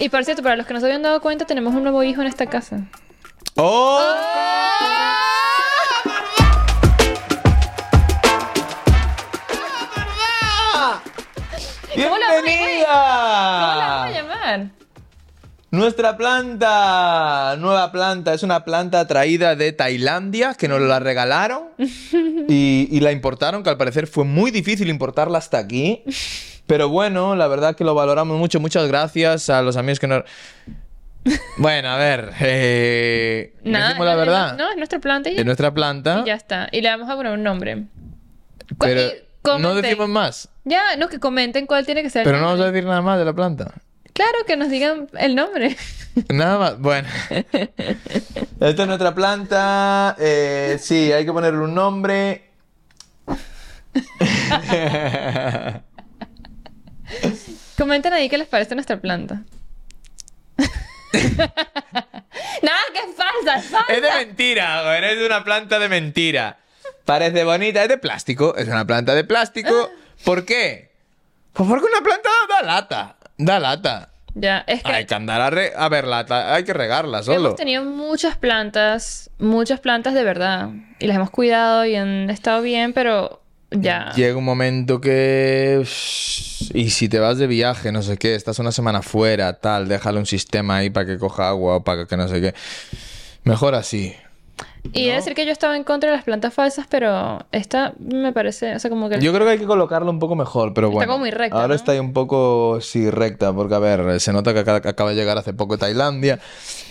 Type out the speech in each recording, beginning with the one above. Y por cierto, para los que no se habían dado cuenta, tenemos un nuevo hijo en esta casa. ¡Oh! ¿Cómo la ¡Oh! vamos a Ah. ¿Cómo la vamos a ¡Bienvenida! llamar? Nuestra planta, nueva planta, es una planta traída de Tailandia que nos la regalaron y, y la importaron, que al parecer fue muy difícil importarla hasta aquí. Pero bueno, la verdad que lo valoramos mucho. Muchas gracias a los amigos que nos... Bueno, a ver, eh, Nada, decimos la no, verdad. No, es nuestra planta y ya, De nuestra planta, y ya está. Y le vamos a poner un nombre. Cu- pero y comenten. no decimos más. Ya, no, que comenten cuál tiene que ser. el Pero no vamos nombre. a decir nada más de la planta. Claro, que nos digan el nombre. Nada más, bueno. Esta es nuestra planta. eh, sí, hay que ponerle un nombre. Comenten ahí qué les parece nuestra planta. Nada, que es falsa, es falsa. Es de mentira, joder, es de una planta de mentira. Parece bonita, es de plástico, es una planta de plástico. ¿Por qué? Pues porque una planta da lata, da lata. Ya, es que Hay que andar a, re- a ver lata, hay que regarla solo. hemos tenido muchas plantas, muchas plantas de verdad. Y las hemos cuidado y han estado bien, pero ya. Llega un momento que... uff, Y si te vas de viaje, no sé qué, estás una semana fuera, tal, déjale un sistema ahí para que coja agua o para que no sé qué. Mejor así. Y he de decir que yo estaba en contra de las plantas falsas, pero esta me parece, o sea, como que... Yo creo que hay que colocarlo un poco mejor, pero Está bueno. como muy recta, Ahora ¿no? está ahí un poco, sí, recta, porque a ver, se nota que acá- acaba de llegar hace poco Tailandia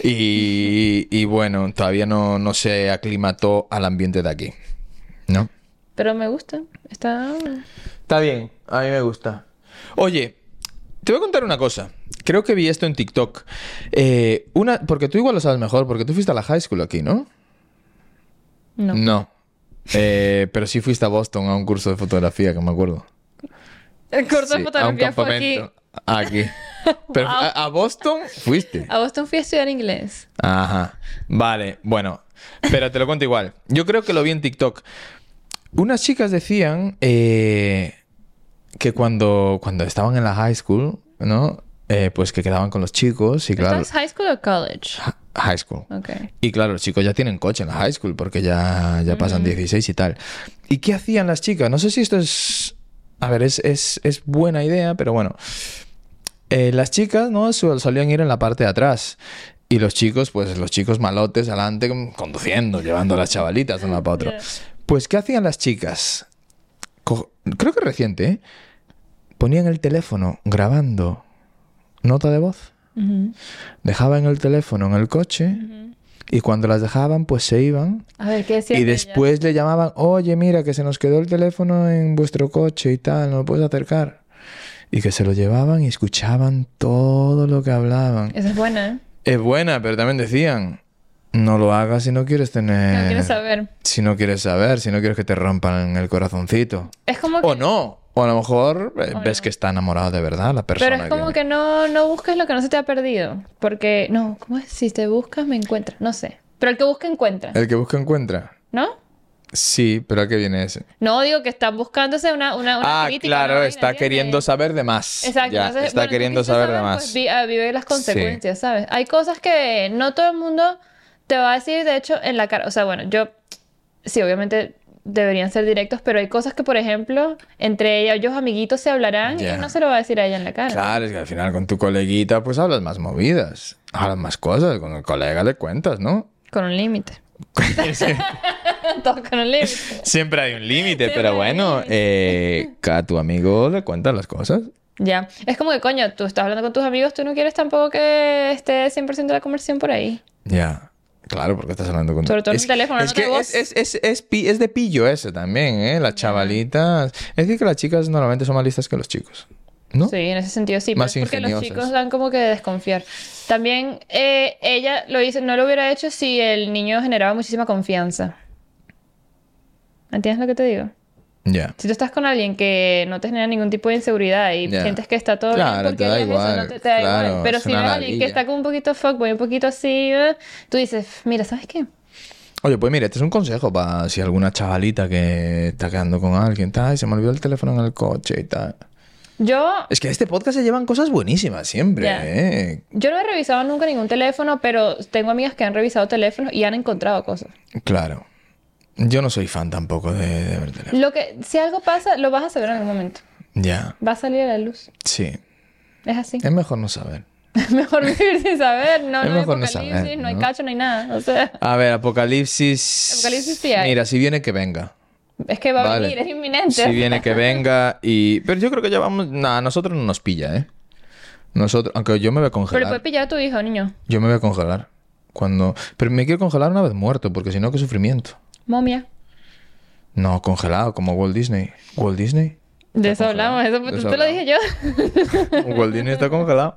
y, y bueno, todavía no, no se aclimató al ambiente de aquí. ¿No? Pero me gusta, está... Está bien, a mí me gusta. Oye, te voy a contar una cosa. Creo que vi esto en TikTok. Eh, una, porque tú igual lo sabes mejor, porque tú fuiste a la high school aquí, ¿no? No. Eh, pero sí fuiste a Boston a un curso de fotografía, que me acuerdo. El curso Sí, de fotografía fue aquí. Aquí. Pero Wow. a, a Boston fuiste. A Boston fui a estudiar inglés. Ajá. Vale, bueno. Pero te lo cuento igual. Yo creo que lo vi en TikTok. Unas chicas decían eh, que cuando, cuando estaban en la high school, ¿no? Eh, pues que quedaban con los chicos y claro. ¿Estás high school o college? hi- High school. Ok. Y claro, los chicos ya tienen coche en la high school porque ya, ya pasan 16 y tal. ¿Y qué hacían las chicas? No sé si esto es... A ver, es, es, es buena idea, pero bueno. Eh, las chicas, ¿no? Su- Solían ir en la parte de atrás. Y los chicos, pues los chicos malotes adelante con- conduciendo, llevando a las chavalitas de un lado para otro. Ya. Pues, ¿qué hacían las chicas? Co- Creo que reciente, ¿eh? Ponían el teléfono grabando nota de voz Ujú. dejaban el teléfono en el coche y cuando las dejaban pues se iban A ver, ¿qué decía? y después le llamaban, oye mira que se nos quedó el teléfono en vuestro coche y tal, no lo puedes acercar. Y que se lo llevaban y escuchaban todo lo que hablaban. Esa es buena, ¿eh? Es buena, pero también decían, no lo hagas si no quieres tener... No quiero saber. Si no quieres saber, si no quieres que te rompan el corazoncito. Es como que... O Oh, no. O a lo mejor eh, O ves no. que está enamorado de verdad la persona. Pero es como que no, no busques lo que no se te ha perdido. Porque, no, ¿cómo es? Si te buscas, me encuentras. No sé. Pero el que busca, encuentra. El que busca encuentra. ¿No? Sí, pero ¿a qué viene ese? No, digo que están buscándose una, una, una ah, crítica, claro, una vaina, está ¿entiendes? queriendo saber de más. eh, Exacto. Ya, entonces, está bueno, tú queriendo quisiste saber, de más. pues, vi- ah, vive las consecuencias, ¿sabes? Hay cosas que no todo el mundo te va a decir, de hecho, en la cara. O sea, bueno, yo, sí, obviamente deberían ser directos, pero hay cosas que, por ejemplo, entre ellos, ellos amiguitos se hablarán Ya. y no se lo va a decir a ella en la cara. Claro, es que al final con tu coleguita pues hablas más movidas, hablas más cosas, con el colega le cuentas, ¿no? Con un límite. Todo con un límite. Siempre hay un Siempre límite, hay pero un bueno, eh, que a tu amigo le cuentas las cosas. Ya. Es como que, coño, tú estás hablando con tus amigos, tú no quieres tampoco que esté 100% de la conversación por ahí. Ya. Claro, porque estás hablando con... Sobre todo en es, un teléfono, es nota de que voz. es, es, es, es pi- es de pillo ese también, ¿eh? Las chavalitas... Es decir, que las chicas normalmente son más listas que los chicos, ¿no? Sí, en ese sentido sí, pero Más es porque los ingeniosas. chicos dan como que de desconfiar. También eh, ella lo hizo, no lo hubiera hecho si el niño generaba muchísima confianza. ¿Entiendes lo que te digo? Ya. Si tú estás con alguien que no te genera ningún tipo de inseguridad y Ya. sientes que está todo bien Claro, porque te da harías eso? igual, No te, te da claro, igual. Pero es si una ves a alguien que ladilla. está con un poquito fuckboy, un poquito así, eh, tú dices, mira, ¿sabes qué? Oye, pues mira, este es un consejo para si alguna chavalita que está quedando con alguien, tal, y se me olvidó el teléfono en el coche y tal. Yo, Es que a este podcast se llevan cosas buenísimas siempre, Ya. ¿eh? yo no he revisado nunca ningún teléfono, pero tengo amigas que han revisado teléfonos y han encontrado cosas. Claro. Yo no soy fan tampoco de, de ver teléfono. Lo que, si algo pasa, lo vas a saber en algún momento. Ya, Va a salir a la luz. sí. Es así. Es mejor no saber. mejor vivir sin saber. No, Es no hay mejor no apocalipsis, saber, no hay ¿no? cacho, no hay nada. O sea, A ver, Apocalipsis. Apocalipsis sí hay. Mira, si viene que venga. es que va a Vale. venir, es inminente. Si viene que venga y. Pero yo creo que ya vamos. Nah, a nosotros no nos pilla, ¿eh? Nosotros. Aunque yo me voy a Pero pues le puedes congelar. pillar a tu hijo, niño. Yo me voy a congelar. Cuando. Pero me quiero congelar una vez muerto, porque si no, qué sufrimiento. Momia. No, congelado, como Walt Disney. Walt Disney. De eso congelado. hablamos, eso, De tú eso te lo dije yo. Walt Disney está congelado.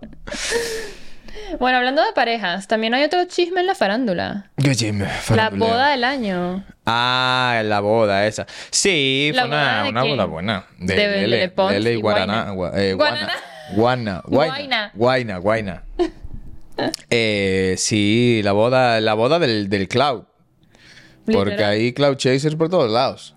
bueno, hablando de parejas, también hay otro chisme en la farándula. Yo, Jim, faranduleo. La boda del año. Ah, la boda esa. Sí, ¿La fue boda una, de una quién? boda buena. De, De- Lele, de Pons Lele y y Guaraná. Gua- eh, Guana. Guaraná. Guana. Guaina. Guaina. Guaina. Guaina. Eh, sí, la boda, la boda del, del Cloud. Porque Literal. hay Cloud Chasers por todos lados.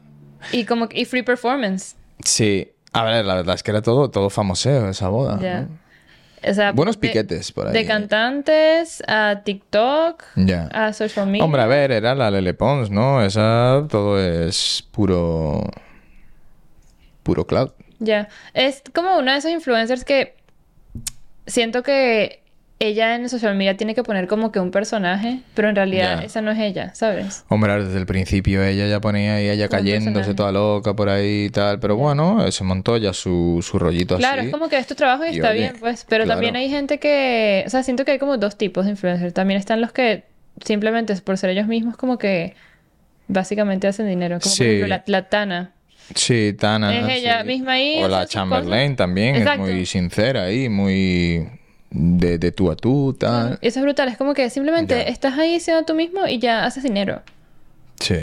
Y como y free performance. Sí. A ver, la verdad es que era todo, todo famoseo esa boda. Ya. ¿no? O sea, Buenos de- piquetes por ahí. ¿eh? De cantantes a TikTok, Ya. a social media. Hombre, a ver, era la Lele Pons, ¿no? Esa todo es puro. puro Cloud. Ya. Es como una de esos influencers que siento que ella en social media tiene que poner como que un personaje, pero en realidad Ya. esa no es ella, ¿sabes? Hombre, desde el principio ella ya ponía y ella Como un cayéndose personaje. toda loca por ahí y tal, pero bueno, eh, se montó ya su, su rollito Claro, así. es como que es tu trabajo y, Ah, Y está oye, bien, pues. Pero también claro. hay gente que. O sea, siento que hay como dos tipos de influencers. También están los que simplemente por ser ellos mismos, como que básicamente hacen dinero. Como Sí. por ejemplo la, la Tana. Sí, Tana. Es sí. ella misma ahí, O o sea, la sus Chamberlain también, Exacto. es muy sincera ahí, muy de, de tú a tú, tal. Y eso es brutal. Es como que simplemente Ah. Ya. estás ahí siendo tú mismo y ya haces dinero. Sí.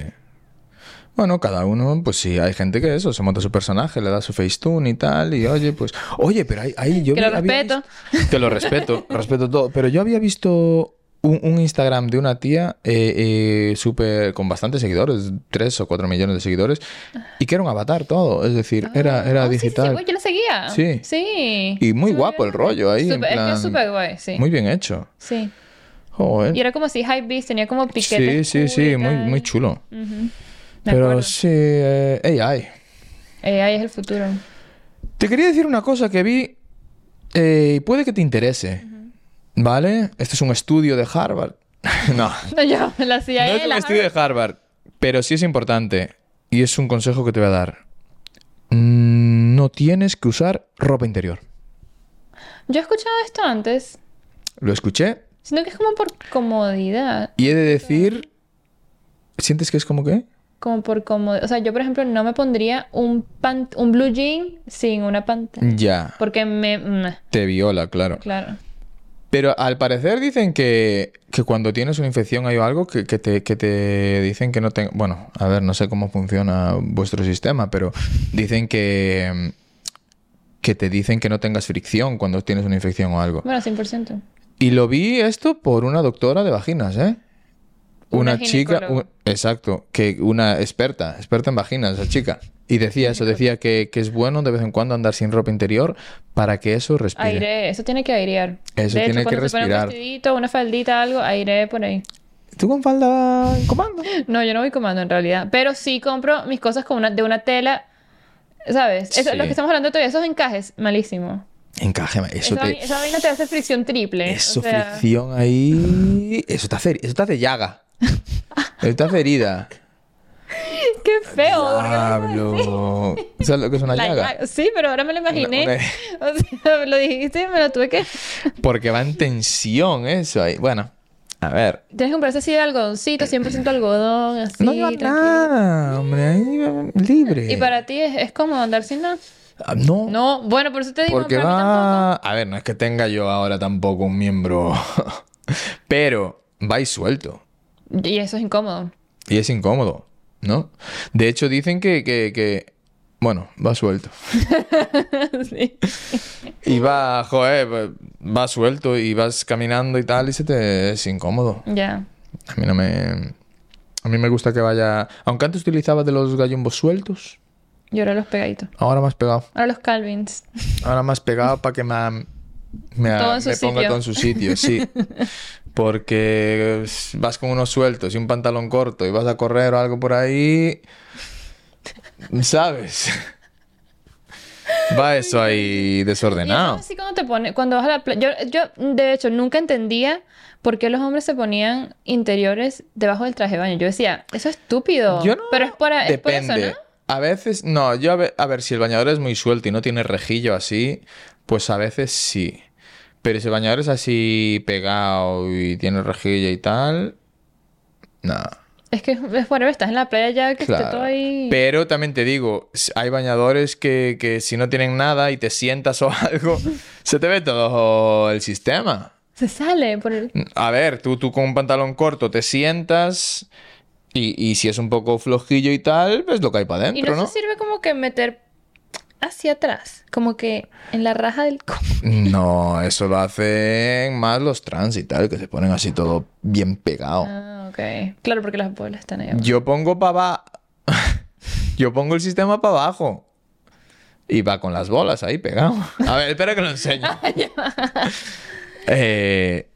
Bueno, cada uno, pues sí, hay gente que eso, se monta su personaje, le da su facetune y tal, y oye, pues, oye, pero ahí, ahí yo Que lo vi- había respeto. visto- que lo respeto, respeto todo, pero yo había visto un, un Instagram de una tía eh, eh, súper, con bastantes seguidores, 3 o 4 millones de seguidores, y que era un avatar todo, es decir, era, era Ah, sí, sí, sí. digital. Uy, yo la seguía. Sí. Sí. Y muy Sí, me guapo el olvidaba. rollo ahí, en Súper- Es que plan- es súper guay, sí. Muy bien hecho. Sí. Joder. Y era como si Hype Beast tenía como Sí, piquetes. sí, sí, cool y muy, tal. muy chulo. Ujú. Me Pero acuerdo. sí, eh, AI. Eh, ahí es el futuro. Te quería decir una cosa que vi eh, y puede que te interese. ¿Vale? Este es un estudio de Harvard. no, no No, yo, la CIA. es un la estudio de Harvard, pero sí es importante. Y es un consejo que te voy a dar. Mm, No tienes que usar ropa interior. Yo he escuchado esto antes, Lo escuché sino que es como por comodidad. y he de decir... ¿Sientes que es como que? Como por comodidad. O sea, yo, por ejemplo, no me pondría un, pan- un blue jean sin una pantalla. Ya. Porque me. mm, Te viola, claro. Claro. Pero al parecer dicen que, que cuando tienes una infección hay algo que, que te, que te dicen que no te... Bueno, a ver, no sé cómo funciona vuestro sistema, pero dicen que, mm, que te dicen que no tengas fricción cuando tienes una infección o algo. Bueno, 100%. Y lo vi esto por una doctora de vaginas, ¿eh? Una, Una chica, ginecóloga. un- exacto, que una experta, experta en vaginas, esa chica. Y decía eso, decía que, que es bueno de vez en cuando andar sin ropa interior para que eso respire. Aire, eso tiene que airear. Eso de hecho, tiene que cuando se pone respirar. un vestidito, una faldita, algo, aire por ahí. ¿Tú con falda en comando? No, yo no voy comando en realidad. Pero sí compro mis cosas con una, de una tela. ¿Sabes? Eso, Sí. Lo que estamos hablando todavía, esos encajes, malísimo. Encaje, ma- eso Esa, vai- te. esa vaina te hace fricción triple. o Eso, sea, fricción ahí. Eso te hace, eso te hace llaga. Eso te hace herida. Qué feo. ¿por qué lo dices? Diablo. ¿Sabes lo que es una La llaga? llaga. Sí, pero ahora me lo imaginé. O sea, lo dijiste y me lo tuve que. Porque va en tensión eso ahí. Bueno, a ver. Tienes que comprarse así de algodoncito, 100% algodón, así. no lleva tranquilo. nada, hombre. Ahí va libre. Y para ti es, es cómodo andar sin nada. Ah, No. No, bueno, por eso te digo, Porque para mí tampoco. va. A ver, no es que tenga yo ahora tampoco un miembro. Pero va y suelto. Y eso es incómodo. Y es incómodo, ¿no? De hecho, dicen que, que, que- bueno, va suelto. Sí. Y va, joder, pues, va- va suelto y vas caminando y tal, y se te es incómodo. Ya. A mí no me. A mí me gusta que vaya. Aunque antes utilizaba de los gallumbos sueltos. Y ahora los pegaditos. Ahora más pegado. Ahora los Calvins. Ahora más pegado para que me, me, Todo en su me ponga sitio. todo en su sitio, sí. Porque vas con unos sueltos y un pantalón corto y vas a correr o algo por ahí. ¿Sabes? Va eso ahí Y eso desordenado. así cuando te pone, cuando vas a la playa. Yo, yo, de hecho, nunca entendía por qué los hombres se ponían interiores debajo del traje de baño. Yo decía, eso es estúpido. Yo no- Pero es para, es por eso, Depende. ¿no? A veces, no, yo a ver, a ver, si el bañador es muy suelto y no tiene rejillo así, pues a veces sí. Pero si el bañador es así pegado y tiene rejilla y tal, nada. Es que es es whatever, estás en la playa ya que esté Claro. todo Este, ahí. Pero también te digo, s- hay bañadores que, que si no tienen nada y te sientas o algo, se te ve todo el sistema. Se sale por el. A ver, tú, tú con un pantalón corto te sientas y, y si es un poco flojillo y tal, pues lo que hay para Y adentro, no ¿no? se sirve como que meter hacia atrás, como que en la raja del. co- No, eso lo hacen más los trans y tal, que se ponen así todo bien pegado. Ah, ok. Claro, porque las bolas están ahí. abajo. Yo pongo para abajo. Yo pongo el sistema para abajo. Y va con las bolas ahí pegado. A ver, espera que lo enseño. Eh,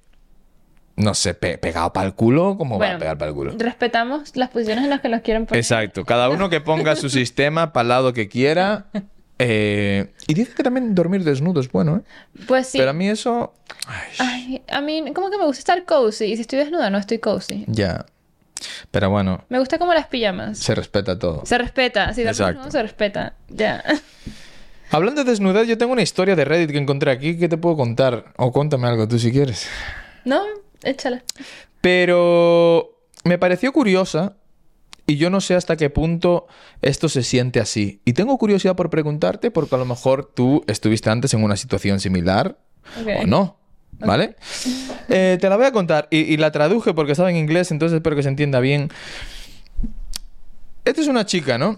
no sé, pe- pegado para el culo, ¿cómo va Bueno, Pues a pegar para el culo? Respetamos las posiciones en las que los quieren poner. Exacto. Cada uno que ponga su sistema para el lado que quiera. Eh, y dice que también dormir desnudo es bueno, ¿eh? Pues sí. Pero a mí eso. ay, Ay, a mí como que me gusta estar cozy. Y si estoy desnuda, no estoy cozy. ya. Pero bueno, Me gusta como las pijamas. se respeta todo. Se respeta, si dormimos Exacto. juntos, se respeta. Ya. Hablando de desnudez, yo tengo una historia de Reddit que encontré aquí que te puedo contar. O cuéntame algo tú si quieres. ¿No? Échala. Pero me pareció curiosa y yo no sé hasta qué punto esto se siente así. Y tengo curiosidad por preguntarte porque a lo mejor tú estuviste antes en una situación similar Ok. o no. ¿Vale? Eh, te la voy a contar y, y la traduje porque estaba en inglés, entonces espero que se entienda bien. Esta es una chica, ¿no?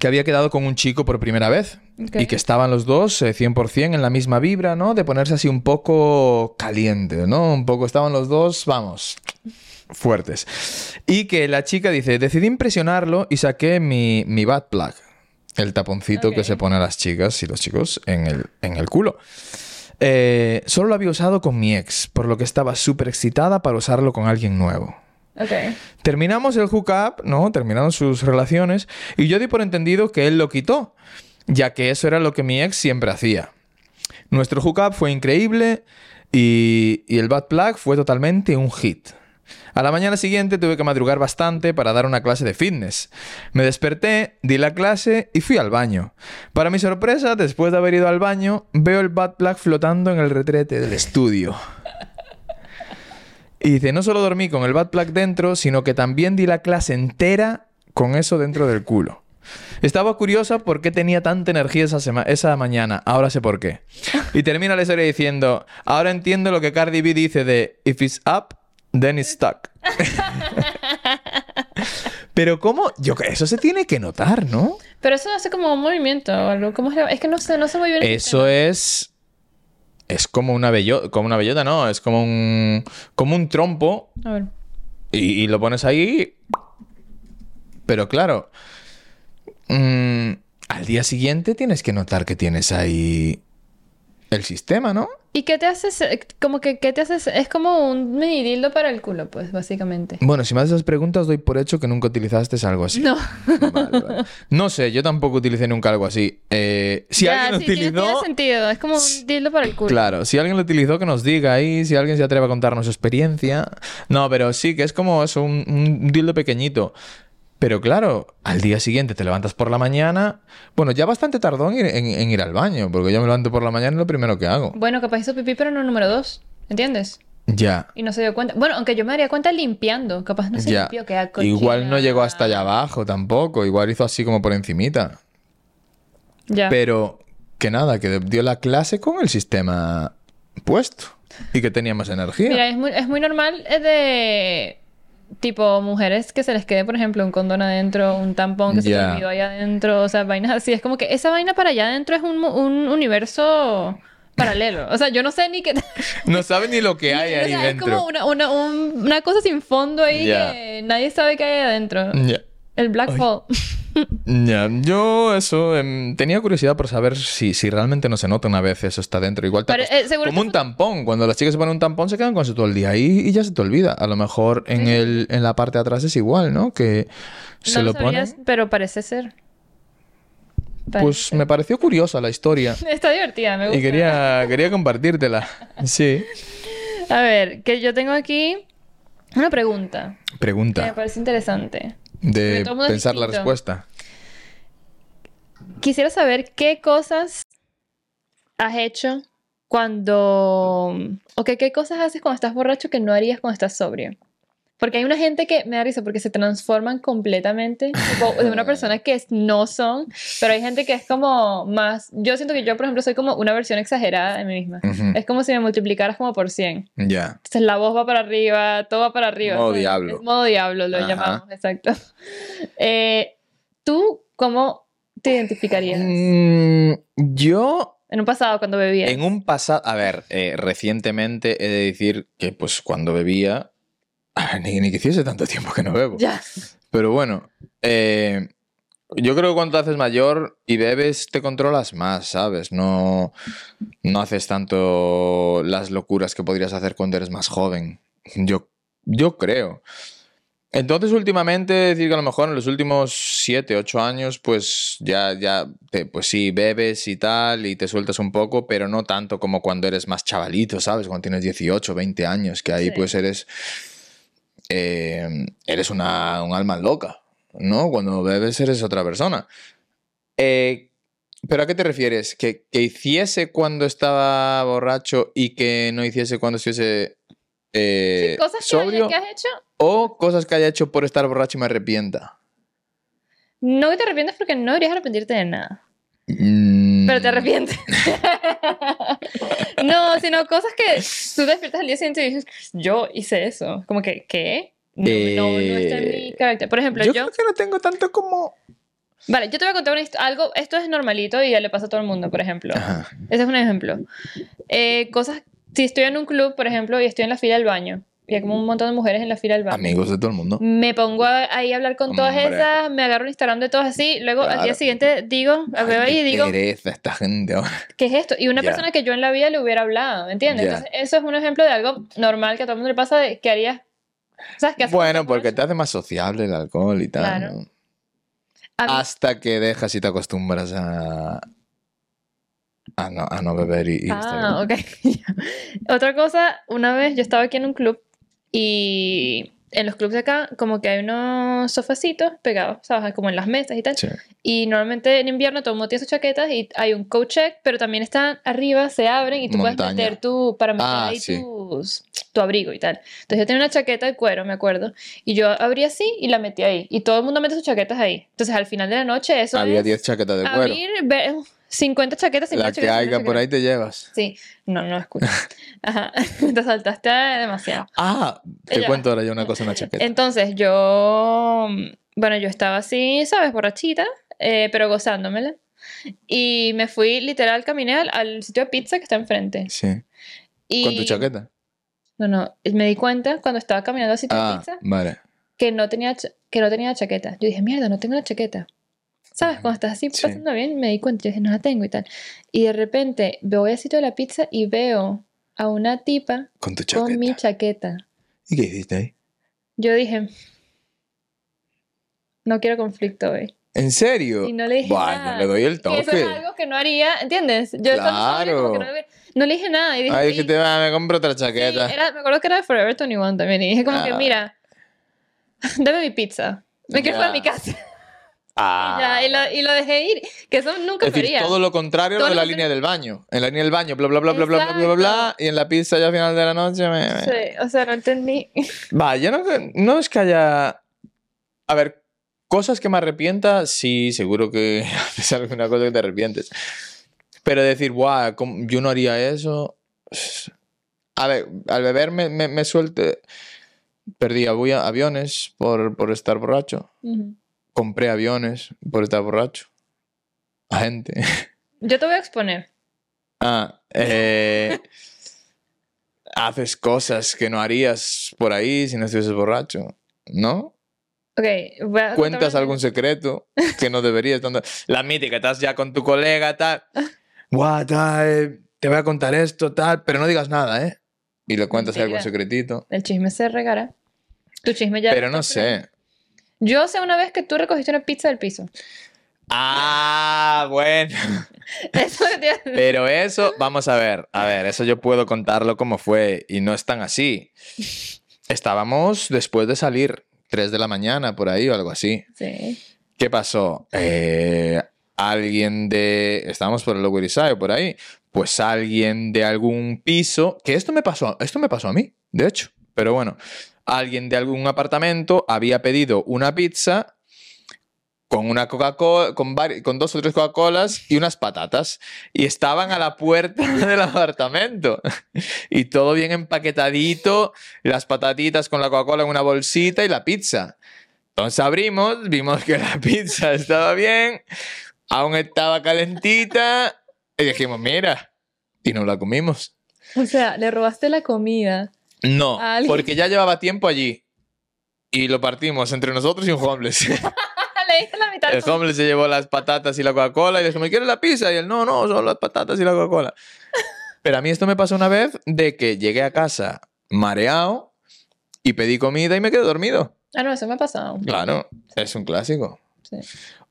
Que había quedado con un chico por primera vez Ok. y que estaban los dos eh, 100% en la misma vibra, ¿no? De ponerse así un poco caliente, ¿no? Un poco estaban los dos, vamos, fuertes. Y que la chica dice, decidí impresionarlo y saqué mi, mi butt plug, el taponcito Ok. que se pone a las chicas y los chicos en el, en el culo. Eh, solo lo había usado con mi ex, por lo que estaba súper excitada para usarlo con alguien nuevo. Ok. Terminamos el hookup, ¿no? Terminaron sus relaciones y yo di por entendido que él lo quitó, ya que eso era lo que mi ex siempre hacía. Nuestro hookup fue increíble y, y el Bad Plug fue totalmente un hit. A la mañana siguiente tuve que madrugar bastante para dar una clase de fitness. Me desperté, di la clase y fui al baño. Para mi sorpresa, después de haber ido al baño, veo el Bad Plug flotando en el retrete del estudio. Y dice, no solo dormí con el bad plug dentro, sino que también di la clase entera con eso dentro del culo. Estaba curiosa por qué tenía tanta energía esa, sema- esa mañana. Ahora sé por qué. Y termina la historia diciendo, ahora entiendo lo que Cardi B dice de, if it's up, then it's stuck. Pero cómo, yo que eso se tiene que notar, ¿no? Pero eso hace como un movimiento o algo. ¿Cómo es, la- es que no sé, no sé muy bien. Eso es. Es como una bellota. Como una bellota, no. Es como un. Como un trompo. A ver. Y, y lo pones ahí. Pero claro. mm, al día siguiente tienes que notar que tienes ahí. El sistema, ¿no? ¿Y qué te haces? eh, Como que, ¿qué te haces? Es como un mini dildo para el culo, pues, básicamente. Bueno, si me haces esas preguntas, doy por hecho que nunca utilizaste algo así. No. Vale, vale. No sé, yo tampoco utilicé nunca algo así. Eh, si Ya, alguien sí, tiene- utilizó. tiene sentido. Es como un dildo para el culo. Claro, si alguien lo utilizó, que nos diga ahí, si alguien se atreve a contarnos su experiencia. No, pero sí, que es como eso, un, un dildo pequeñito. Pero claro, al día siguiente te levantas por la mañana. Bueno, ya bastante tardó en ir, en- en ir al baño, porque yo me levanto por la mañana y lo primero que hago. Bueno, capaz hizo pipí, pero no número dos. ¿Entiendes? Ya, Y no se dio cuenta. Bueno, aunque yo me daría cuenta limpiando. Capaz no se ya. limpió, queda cochina. Igual no llegó hasta allá abajo tampoco, igual hizo así como por encimita. Ya. Pero que nada, que dio la clase con el sistema puesto y que tenía más energía. Mira, es muy, es muy normal eh, de tipo mujeres que se les quede, por ejemplo, un condón adentro, un tampón que se les Ya. olvidó allá adentro, o sea, vainas así. Es como que esa vaina para allá adentro es un, mu- un universo paralelo. O sea, yo no sé ni qué. No sabe ni lo que hay o ahí sea, es dentro. como una, una- un- una cosa sin fondo ahí Ya. que nadie sabe qué hay adentro. Ya. El black Ay. hole. Ya, yo eso, em, tenía curiosidad por saber si, si realmente no se nota una vez eso está dentro. Igual te Pero, acost- eh, seguro como que un tampón. Cuando las chicas se ponen un tampón se quedan con eso todo el día y, y ya se te olvida. A lo mejor en, el, en la parte de atrás es igual, ¿no? Que se no lo, lo sabías, ponen. pero parece ser. Pues Parece. me pareció curiosa la historia Está divertida, me gusta. y quería, quería compartírtela. Sí. A ver, que yo tengo aquí una pregunta que me Pregunta parece interesante. de Porque todo el mundo es pensar la distinto. respuesta. Quisiera saber qué cosas has hecho cuando... O que qué cosas haces cuando estás borracho que no harías cuando estás sobrio. Porque hay una gente que me da risa porque se transforman completamente tipo, de una persona que es- no son, pero hay gente que es como más... Yo siento que yo, por ejemplo, soy como una versión exagerada de mí misma. Ujú. Es como si me multiplicaras como por 100. Ya. Entonces la voz va para arriba, todo va para arriba. Modo ¿sabes? diablo. Es modo diablo, lo Ajá. llamamos, exacto. Eh, ¿Tú cómo te identificarías? Mm, yo En un pasado, cuando bebías. En un pasado, a ver, eh, recientemente he de decir que pues cuando bebía, ni, ni que hiciese tanto tiempo que no bebo. Ya. Pero bueno, eh, yo creo que cuando te haces mayor y bebes te controlas más, ¿sabes? No, no haces tanto las locuras que podrías hacer cuando eres más joven. Yo, yo creo. Entonces, últimamente, decir que a lo mejor en los últimos 7, 8 años, pues ya, ya, te- pues sí, bebes y tal, y te sueltas un poco, pero no tanto como cuando eres más chavalito, ¿sabes? Cuando tienes 18, 20 años, que ahí Sí. pues eres, eh, eres una, un alma loca, ¿no? Cuando bebes eres otra persona. Eh, ¿Pero a qué te refieres? ¿Que, que hiciese cuando estaba borracho y que no hiciese cuando estuviese eh, Sí, cosas que, sobrio? haya- que has hecho, O cosas que haya hecho por estar borracho y me arrepienta. no te arrepientes porque no deberías arrepentirte de nada. Mm, Pero te arrepientes. no, sino cosas que tú despiertas al día siguiente y dices, yo hice eso. Como que, ¿qué? No, no, no está en mi Eh, carácter. Por ejemplo, Yo yo creo que no tengo tanto como... Vale, yo te voy a contar una hist- algo. Esto es normalito y ya le pasa a todo el mundo, por ejemplo. Ajá. Ese es un ejemplo. Eh, cosas. Si estoy en un club, por ejemplo, y estoy en la fila del baño, y hay como un montón de mujeres en la fila del baño. Amigos de todo el mundo. Me pongo a- ahí a hablar con todas Hombre. esas, me agarro un Instagram de todas así, luego al día Claro. siguiente digo, a veo Ay, ahí qué y digo, pereza esta gente ahora. ¿qué es esto? Y una Ya. persona que yo en la vida le hubiera hablado, ¿entiendes? Ya. Entonces, eso es un ejemplo de algo normal que a todo el mundo le pasa, de que harías, ¿sabes qué haces? Bueno, porque te hace más sociable el alcohol y tal. Claro. ¿no? A mí- Hasta que dejas y te acostumbras a... A no, a no beber y... y estar bien. Ah, ok. Otra cosa, una vez yo estaba aquí en un club y en los clubs de acá como que hay unos sofacitos pegados, ¿sabes? Como en las mesas y tal. Sí. Y normalmente en invierno todo el mundo tiene sus chaquetas y hay un coat check, pero también están arriba, se abren y tú Montaña. puedes meter tu, para meter Ah, ahí sí. tus- tu abrigo y tal. Entonces yo tenía una chaqueta de cuero, me acuerdo, y yo abrí así y la metí ahí. Y todo el mundo mete sus chaquetas ahí. Entonces al final de la noche eso Había es 10 chaquetas de cuero. abrir, ver 50 chaquetas, 50 La chaquetas, que 50 haya por chaquetas. ahí te llevas. Sí, no, no escucho. Ajá, te saltaste demasiado. Ah, te Ya. cuento ahora yo una cosa, una chaqueta. Entonces yo, bueno, yo estaba así, ¿sabes? Borrachita, eh, pero gozándomela. Y me fui literal, caminé al, al sitio de pizza que está enfrente. Sí. Y, Con tu chaqueta. No, no, me di cuenta cuando estaba caminando al sitio de Ah, pizza vale. que no tenía, cha- que no tenía chaqueta. Yo dije, mierda, no tengo una chaqueta. ¿Sabes? Ujú. Cuando estás así Sí. pasando bien, me di cuenta, yo dije, no la tengo y tal. Y de repente voy al sitio de la pizza y veo a una tipa Con tu con mi chaqueta. ¿Y qué hiciste ahí? Yo dije, no quiero conflicto hoy. ¿En serio? Y no le dije Bueno, nada. le doy el Que eso es toque. algo que no haría, ¿entiendes? Yo estaba sobria, como que no, Claro. debe- no le dije nada. Y dije, Ahí "Ey". dijiste, "Va, me compro otra Sí, chaqueta. era- me acuerdo que era de Forever 21 también. Y dije como que, Ah. mira, dame mi pizza. Me quiero ir Ya. a mi casa. Ah. Y, ya, y lo, y lo dejé ir. Que eso nunca es lo decir, haría. todo lo contrario Todo lo de la contrario. línea del baño. En la línea del baño, bla, bla, bla, bla, bla, bla, bla, bla, bla, Y en la pizza ya al final de la noche me... me- Sí, o sea, no entendí. Va, yo no, no es que haya... A ver, cosas que me arrepienta, sí, seguro que haces alguna cosa que te arrepientes. Pero decir, guau, ¿cómo- yo no haría eso... A ver, al beber me, me, me suelte... Perdí avi- aviones por, por estar borracho. Ujú. Compré aviones por estar borracho. A gente. Yo te voy a exponer. Ah, eh, haces cosas que no harías por ahí si no estuvieses borracho, ¿no? Ok, voy a Cuentas contarme- algún secreto que no deberías. tanto- La mítica, estás ya con tu colega, tal. Guau, tal, eh, te voy a contar esto, tal, pero no digas nada, ¿eh? Y le cuentas ahí algún Mentira. secretito. El chisme se regará. Tu chisme ya. Pero no está por ahí. sé. Yo sé una vez que tú recogiste una pizza del piso. Ah, bueno. Eso que te- Pero eso, vamos a ver, a ver, eso yo puedo contarlo como fue y no es tan así. Estábamos después de salir, 3 de la mañana por ahí o algo así. Sí. ¿Qué pasó? Eh, alguien de... Estábamos por el Lower East Side, por ahí. Pues alguien de algún piso... Que esto me pasó, esto me pasó a mí, de hecho. Pero bueno, alguien de algún apartamento había pedido una pizza con una Coca-Cola, con, vari- con dos o tres Coca-Colas y unas patatas. Y estaban a la puerta del apartamento. Y todo bien empaquetadito, las patatitas con la Coca-Cola en una bolsita y la pizza. Entonces abrimos, vimos que la pizza estaba bien, aún estaba calentita, y dijimos, mira, y nos la comimos. O sea, le robaste la comida. No, Al- porque ya llevaba tiempo allí. Y lo partimos entre nosotros y un homeless. Ah, le diste la mitad. El de- homeless se llevó las patatas y la Coca-Cola y le dijimos, ¿quieres la pizza? Y él, no, no, son las patatas y la Coca-Cola. Pero a mí esto me pasó una vez de que llegué a casa mareado y pedí comida y me quedé dormido. Ah, no, eso me ha pasado. Claro, es un clásico. Sí.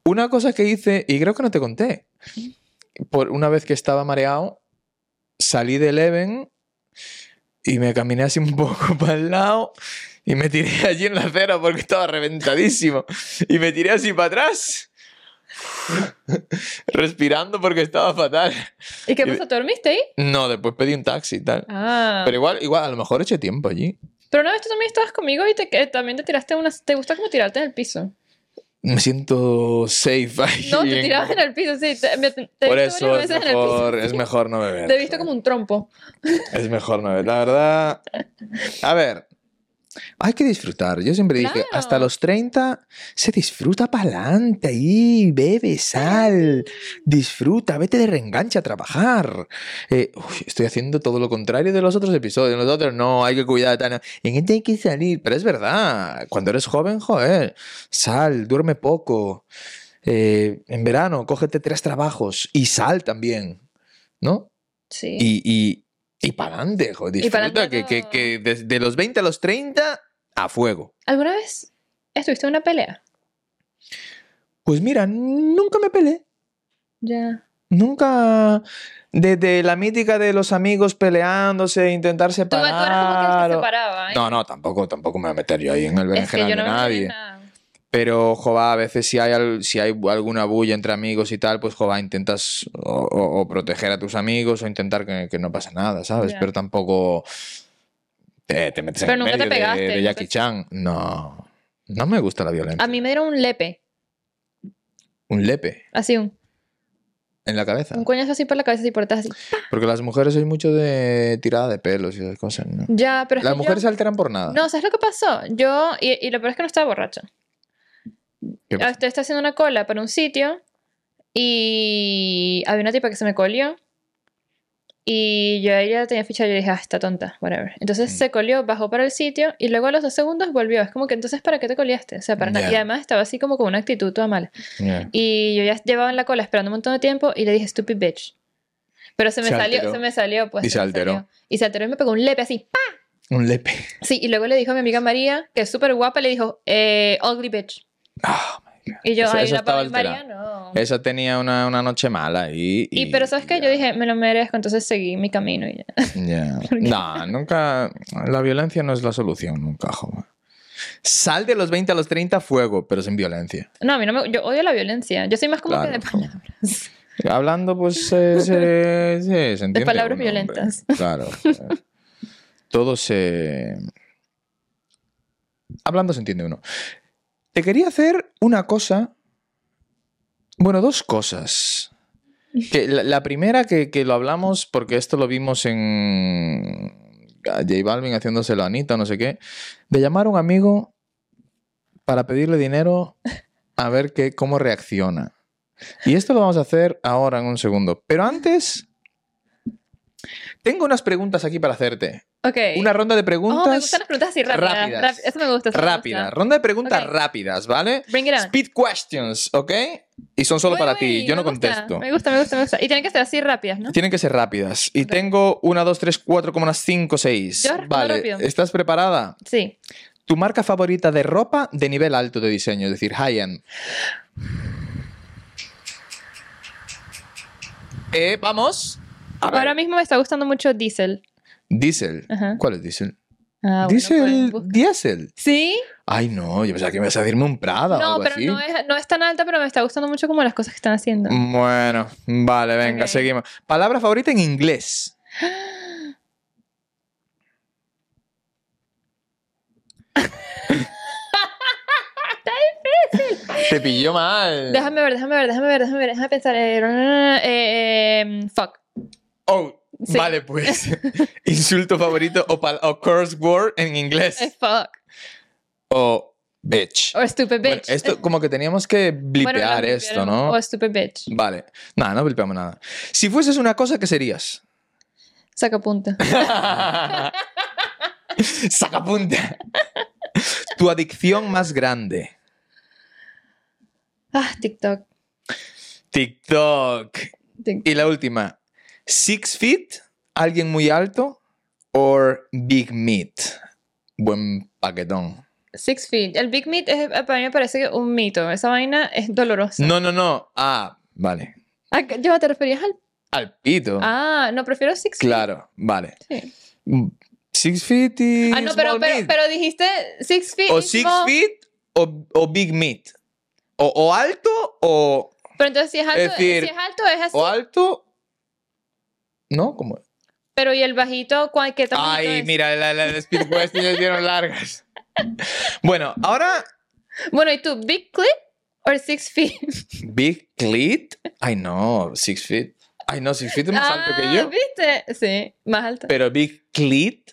Una cosa que hice, y creo que no te conté, por una vez que estaba mareado, salí de Eleven y me caminé así un poco para el lado y me tiré allí en la acera porque estaba reventadísimo y me tiré así para atrás. Respirando porque estaba fatal. ¿Y qué pasó? ¿Te dormiste ahí? No, después pedí un taxi y tal. Ah. Pero igual, igual, a lo mejor eché tiempo allí. Pero una vez tú también estabas conmigo y te, que también te tiraste una... ¿Te gusta como tirarte en el piso? Me siento safe ahí. No, te en- tirabas en el piso, sí. Te, me- te- te he Por visto eso varias veces es en el piso. mejor, es mejor no beber. Te he visto como un trompo. Es mejor no beber. La verdad. A ver. Hay que disfrutar. Yo siempre dije, Claro. hasta los 30 se disfruta para adelante ahí, bebe, sal, disfruta, vete de reenganche a trabajar. Eh, uy, estoy haciendo todo lo contrario de los otros episodios. En los otros no, hay que cuidar, tal, no. en este hay que salir. Pero es verdad, cuando eres joven, joder, sal, duerme poco. Eh, en verano, cógete tres trabajos y sal también, ¿no? Sí. Y, y, y para adelante, joder. Y pa'lante Disfruta que, que, todo. que desde los 20 a los 30 a fuego. ¿Alguna vez estuviste en una pelea? Pues mira, nunca me peleé. Ya. Nunca. Desde la mítica de los amigos peleándose, intentar Tú, tú separar. eras como que el que o- separaba. ¿eh? No, no, tampoco, tampoco me voy a meter yo ahí en el es que berenjenal yo no de me metí en nadie. nada. Pero, jova, a veces si hay, al- si hay alguna bulla entre amigos y tal, pues, jova, intentas o, o- o proteger a tus amigos o intentar que, que no pase nada, ¿sabes? Ya. Pero tampoco te, te metes Pero en el nunca te medio de- pegaste, de, nunca- Jackie Chan. No, no me gusta la violencia. A mí me dieron un lepe. Un lepe Así un, en la cabeza. un coñazo así por la cabeza y por detrás así. Porque las mujeres sois mucho de tirada de pelos y esas cosas, ¿no? Ya, pero es Las que yo- mujeres se alteran por nada. No, ¿sabes lo que pasó? Yo, y, y lo peor es que no estaba borracha. ¿Qué Ah, pasa? Usted está haciendo una cola para un sitio y había una tipa que se me colió. Y yo a ella tenía ficha, yo dije, ah, está tonta, whatever. Entonces Mm. se colió, bajó para el sitio y luego a los dos segundos volvió. Es como que entonces, ¿para qué te coliaste? O sea, para nada. Ya. Y además estaba así como con una actitud toda mala. Yeah. Y yo ya llevaba en la cola esperando un montón de tiempo y le dije, stupid bitch. Pero se me Se salió, alteró. se me salió, pues. Y se me alteró. salió. Y se alteró y me pegó un lepe así. ¡pa! Un lepe. Sí, y luego le dijo a mi amiga María, que es súper guapa, le dijo, eh, ugly bitch. Ah, my God. Y yo, Esa- ay, esa la pobre estaba alterada. María, no. Esa tenía una, una noche mala y... Y, pero sabes qué, ya. yo dije, me lo merezco, entonces seguí mi camino y ya. Ya. qué? No, nunca. La violencia no es la solución, nunca, joven. Sal de los 20 a los 30 fuego, pero sin violencia. No, a mí no me, yo odio la violencia. Yo soy más como que de Claro, joven. palabras. Hablando, pues. eh, se- sí, se entiende palabras uno, hombre. violentas. Claro. joder. Todo se. Hablando se entiende uno. Te quería hacer una cosa. Bueno, dos cosas. Que la, la primera que, que lo hablamos, porque esto lo vimos en a J Balvin haciéndoselo a Anita, no sé qué, de llamar a un amigo para pedirle dinero a ver qué cómo reacciona. Y esto lo vamos a hacer ahora en un segundo. Pero antes, Tengo unas preguntas aquí para hacerte. Ok. Una ronda de preguntas. Oh, me gustan las preguntas así rápidas. rápidas. Ráp- Eso me gusta. eso me rápida. gusta. Ronda de preguntas Ok. rápidas, ¿vale? Bring it on. Speed questions, ¿ok? Y son solo Uy, para uy, ti, yo me no gusta, contesto. Me gusta, me gusta, me gusta. Y tienen que ser así rápidas, ¿no? Tienen que ser rápidas. Y tengo 1, 2, 3, 4, 5, 6. Yo respondo Vale, rápido. ¿estás preparada? Sí. ¿Tu marca favorita de ropa de nivel alto de diseño, es decir, high-end? Eh, vamos. A ver. Ahora mismo me está gustando mucho Diesel. Diesel. Ajá. ¿Cuál es Diesel? Ah, bueno, Diesel. pues, busca. Diesel. ¿Sí? Ay, no, yo pensaba que me ibas a decirme un Prada o No, Ah, algo pero así. no es, no es tan alta, pero me está gustando mucho como las cosas que están haciendo. Bueno, vale, venga, Ok. seguimos. Palabra favorita en inglés. Está difícil. Te pilló mal. Déjame ver, déjame ver, déjame ver, déjame ver, déjame pensar. Eh, eh, eh, fuck. Oh, Sí. vale, pues. Insulto favorito o, pal- o curse word en Eh, inglés. fuck. O bitch. O stupid bitch. Bueno, esto como que teníamos que Bueno, no, blipear esto, blipearon. ¿no? O stupid bitch. Vale. Nada, no blipeamos nada. Si fueses una cosa, ¿qué serías? Saca punta. Sacapunta. Tu adicción más grande. Ah, TikTok. TikTok. Tik- Y la última. Six feet, alguien muy alto, o big meat. Buen paquetón. Six feet. El Big Meat es, eh, para mí me parece que un mito. Esa vaina es dolorosa. No, no, no. Ah, vale. Ah, que- ¿Yo te referías al.? Al pito. Ah, no, prefiero Six Claro, vale. feet. Sí. Mm, Six feet y. Ah, no, pero, small pero, meat. pero dijiste Six feet. O y six small. feet o, o big meat. O, o alto o, Pero entonces si es alto, Es decir, si es, alto es así. o alto. ¿No? ¿Cómo? Pero y el bajito, ¿cuál- ¿qué tamaño Ay, es? mira, las la, las speed questions dieron largas. Bueno, ahora. Bueno, ¿y tú, Big Clip o Six Feet? Big clit. Ay, no, six feet. Ay, no, six feet es más alto que Ah, yo. ¿Viste? Sí, más alto. Pero big clit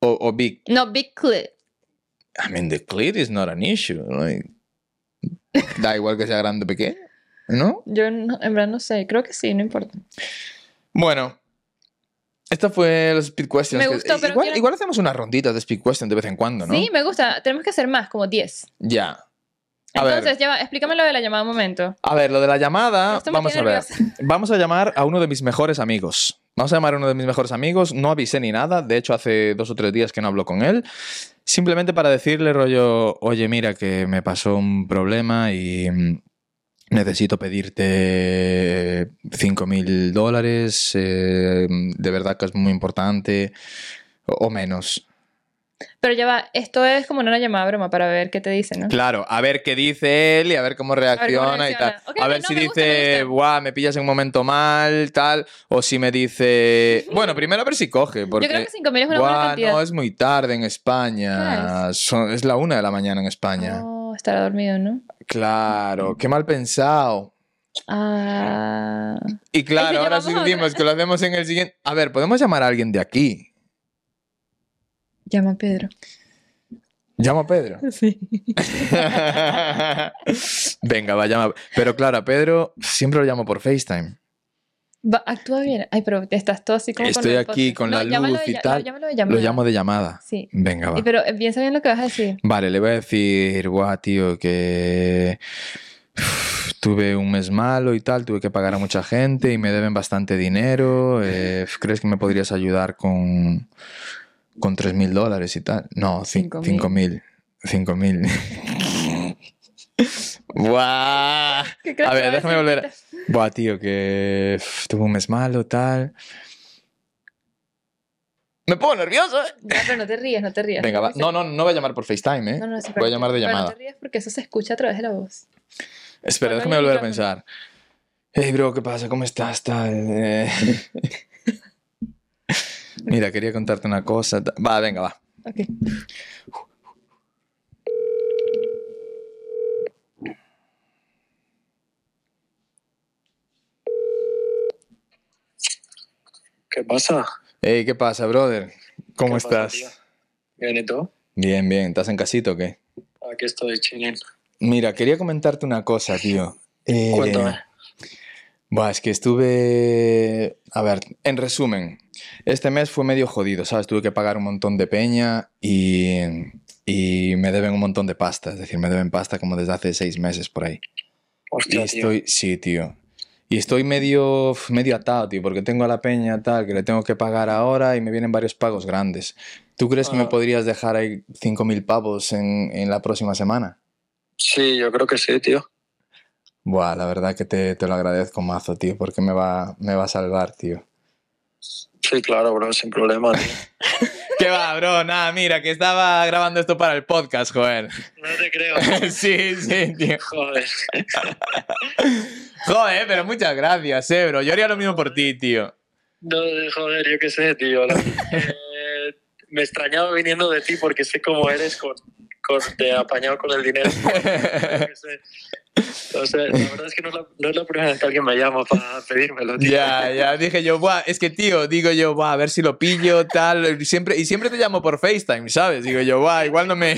o, o big. No, Big Clip. I mean, the clit is not an issue. like, da igual que sea grande o pequeño, ¿no? Yo no- en verdad no sé, creo que sí, no importa. Bueno, esta fue los speed questions. Me que- gustó, pero igual, quiero- igual hacemos unas ronditas de speed questions de vez en cuando, ¿no? Sí, me gusta, tenemos que hacer más, como 10. Ya. A ver. Entonces, ya va, explícame lo de la llamada un momento. A ver, lo de la llamada, Esto me vamos a tiene ver. Vamos a llamar a uno de mis mejores amigos. Vamos a llamar a uno de mis mejores amigos. No avisé ni nada. De hecho, hace dos o tres días que no hablo con él. Simplemente para decirle, rollo, oye, mira, que me pasó un problema y mm, necesito pedirte cinco mil dólares. eh, de verdad que es muy importante. O o menos. Pero ya va, esto es como una llamada broma para ver qué te dicen, ¿no? Claro, a ver qué dice él y a ver cómo reacciona, y tal. reacciona. Ok, a ok, ver no, si me gusta, dice, me gusta. guau, me pillas en un momento mal, tal. O si me dice, bueno, primero a ver si coge, porque. Yo creo que 5.000 es una buena "Guau, cantidad. no, es muy tarde en España. Claro, Son- es la una de la mañana en España. Oh, estará dormido, ¿no? Claro, qué mal pensado. Ah. Y claro, ahora llamamos sí a otra. decimos que lo hacemos en el siguiente. A ver, podemos llamar a alguien de aquí. Llama a Pedro. Llama a Pedro. Sí. Venga, va, llama. Pero claro, a Pedro siempre lo llamo por FaceTime. Va, actúa bien. Ay, pero te estás todo así como con Estoy el aquí podcast. con la llámalo luz de y ll- tal. no, llámalo de Lo llamada. llamo de llamada. Sí. Venga, va. Y pero eh, piensa bien lo que vas a decir. Vale, le voy a decir, guau, tío, que uf, tuve un mes malo y tal, tuve que pagar a mucha gente y me deben bastante dinero. eh, ¿crees que me podrías ayudar con, con 3 mil dólares y tal? No, Cinco 5 mil. mil. 5 mil. ¡Guau! ¿Qué crees A que ver, va déjame decir? volver. Buah, tío, que uf, tuve un mes malo, tal. Me pongo nervioso, eh. Ya, pero no te rías, no te rías. Venga, va. Porque No, no, no voy a llamar por FaceTime, eh. No, no, sí, voy pero- a llamar de pero llamada. No te rías porque eso se escucha a través de la voz. Espera, no déjame hay volver a micrófono. pensar. Hey, bro, ¿qué pasa? ¿Cómo estás? Tal, eh. Mira, quería contarte una cosa. ta- Va, venga, va. Ok. ¿Qué pasa? Hey, ¿qué pasa, brother? ¿Cómo ¿Qué pasa, estás? tío? Bien, ¿y tú? bien, bien. ¿Estás en casito o qué? Aquí estoy, chilling. Mira, quería comentarte una cosa, tío. Eh, Cuéntame. Buah, es que estuve. A ver, en resumen, Este mes fue medio jodido, ¿sabes? Tuve que pagar un montón de peña y, y me deben un montón de pasta. Es decir, me deben pasta como desde hace seis meses por ahí. Y Hostia, tío. estoy, sí, tío. Y estoy medio, medio atado, tío, porque tengo a la peña tal, que le tengo que pagar ahora y me vienen varios pagos grandes. ¿Tú crees que me Ah. podrías dejar ahí 5.000 pavos en, en la próxima semana? Sí, yo creo que sí, tío. Buah, la verdad que te, te lo agradezco mazo, tío, porque me va, me va a salvar, tío. Sí, claro, bro, sin problema, tío. ¿Qué va, bro? Nada, mira, que estaba grabando esto para el podcast, joder. No te creo. sí, sí, tío. Joder. Joder, pero muchas gracias, eh, bro. Yo haría lo mismo por ti, tío. No, joder, yo qué sé, tío. La- eh, me extrañaba viniendo de ti porque sé cómo eres con, con te apañado con el dinero. Yo qué sé. Entonces, la verdad es que no es la, no es la primera vez que alguien me llama para pedírmelo, tío. Ya, ya, dije yo, buah, es que tío, digo yo, buah, a ver si lo pillo, tal, y siempre, y siempre te llamo por FaceTime, ¿sabes? Digo yo, buah, igual no me...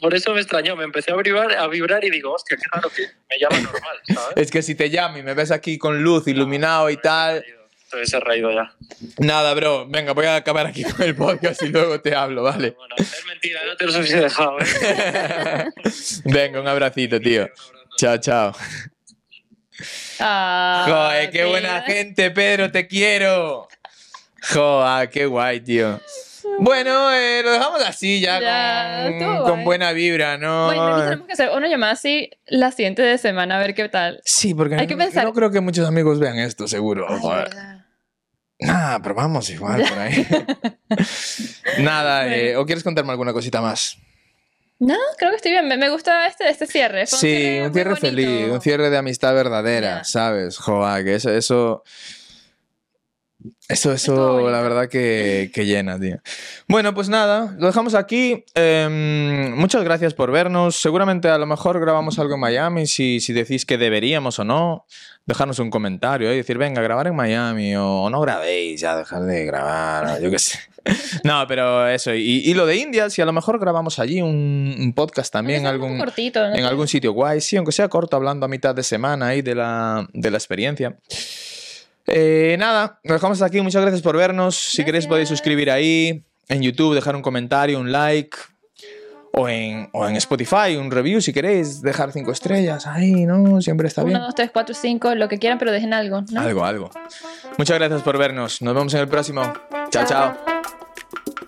Por eso me extrañó, me empecé a vibrar, a vibrar y digo, hostia, qué raro que me llama normal, ¿sabes? Es que si te llamo y me ves aquí con luz, iluminado y tal... Te hubiese reído ya. Nada, bro, venga, voy a acabar aquí con el podcast y luego te hablo, ¿vale? Bueno, es mentira, no te los hubiese dejado, ¿eh? Venga, un abracito, tío. Chao, chao. Ah, Joder, qué mira. buena gente, Pedro, te quiero. Joder, qué guay, tío. Bueno, eh, lo dejamos así ya, Ya, estuvo con, con guay. buena vibra, ¿no? Bueno, creo que tenemos que hacer una llamada así la siguiente de semana a ver qué tal. Sí, porque Hay no, que pensar- no creo que muchos amigos vean esto, seguro. Ay, Ah, Joder. verdad. Nada, pero vamos igual por ahí. Nada, Bueno. eh, ¿o quieres contarme alguna cosita más? No, creo que estoy bien. Me, me gusta este, este cierre. Fue Sí, un muy cierre bonito. feliz, un cierre de amistad verdadera, Ya. ¿sabes? Joder, que eso, eso, Estuvo eso, eso bonito. la verdad que, que llena, tío. Bueno, pues nada, lo dejamos aquí. Em, muchas gracias por vernos. Seguramente a lo mejor grabamos algo en Miami, si, si decís que deberíamos o no, dejarnos un comentario y decir, venga, grabar en Miami o, o no grabéis, ya dejar de grabar, yo qué sé. No, pero eso, y, y lo de India, si a lo mejor grabamos allí un, un podcast Aunque también, sea un poco algún, cortito, ¿no? en algún sitio guay, sí, aunque sea corto, hablando a mitad de semana ahí de la, de la experiencia. Eh, nada, nos dejamos hasta aquí. Muchas gracias por vernos. Si queréis podéis Gracias. suscribir ahí, en YouTube, dejar un comentario, un like. O en, o en Spotify, un review si queréis, dejar cinco estrellas ahí, ¿no? Siempre está bien. Uno, dos, tres, cuatro, cinco, lo que quieran, pero dejen algo, ¿no? Algo, algo. Muchas gracias por vernos. Nos vemos en el próximo. Chao, chao.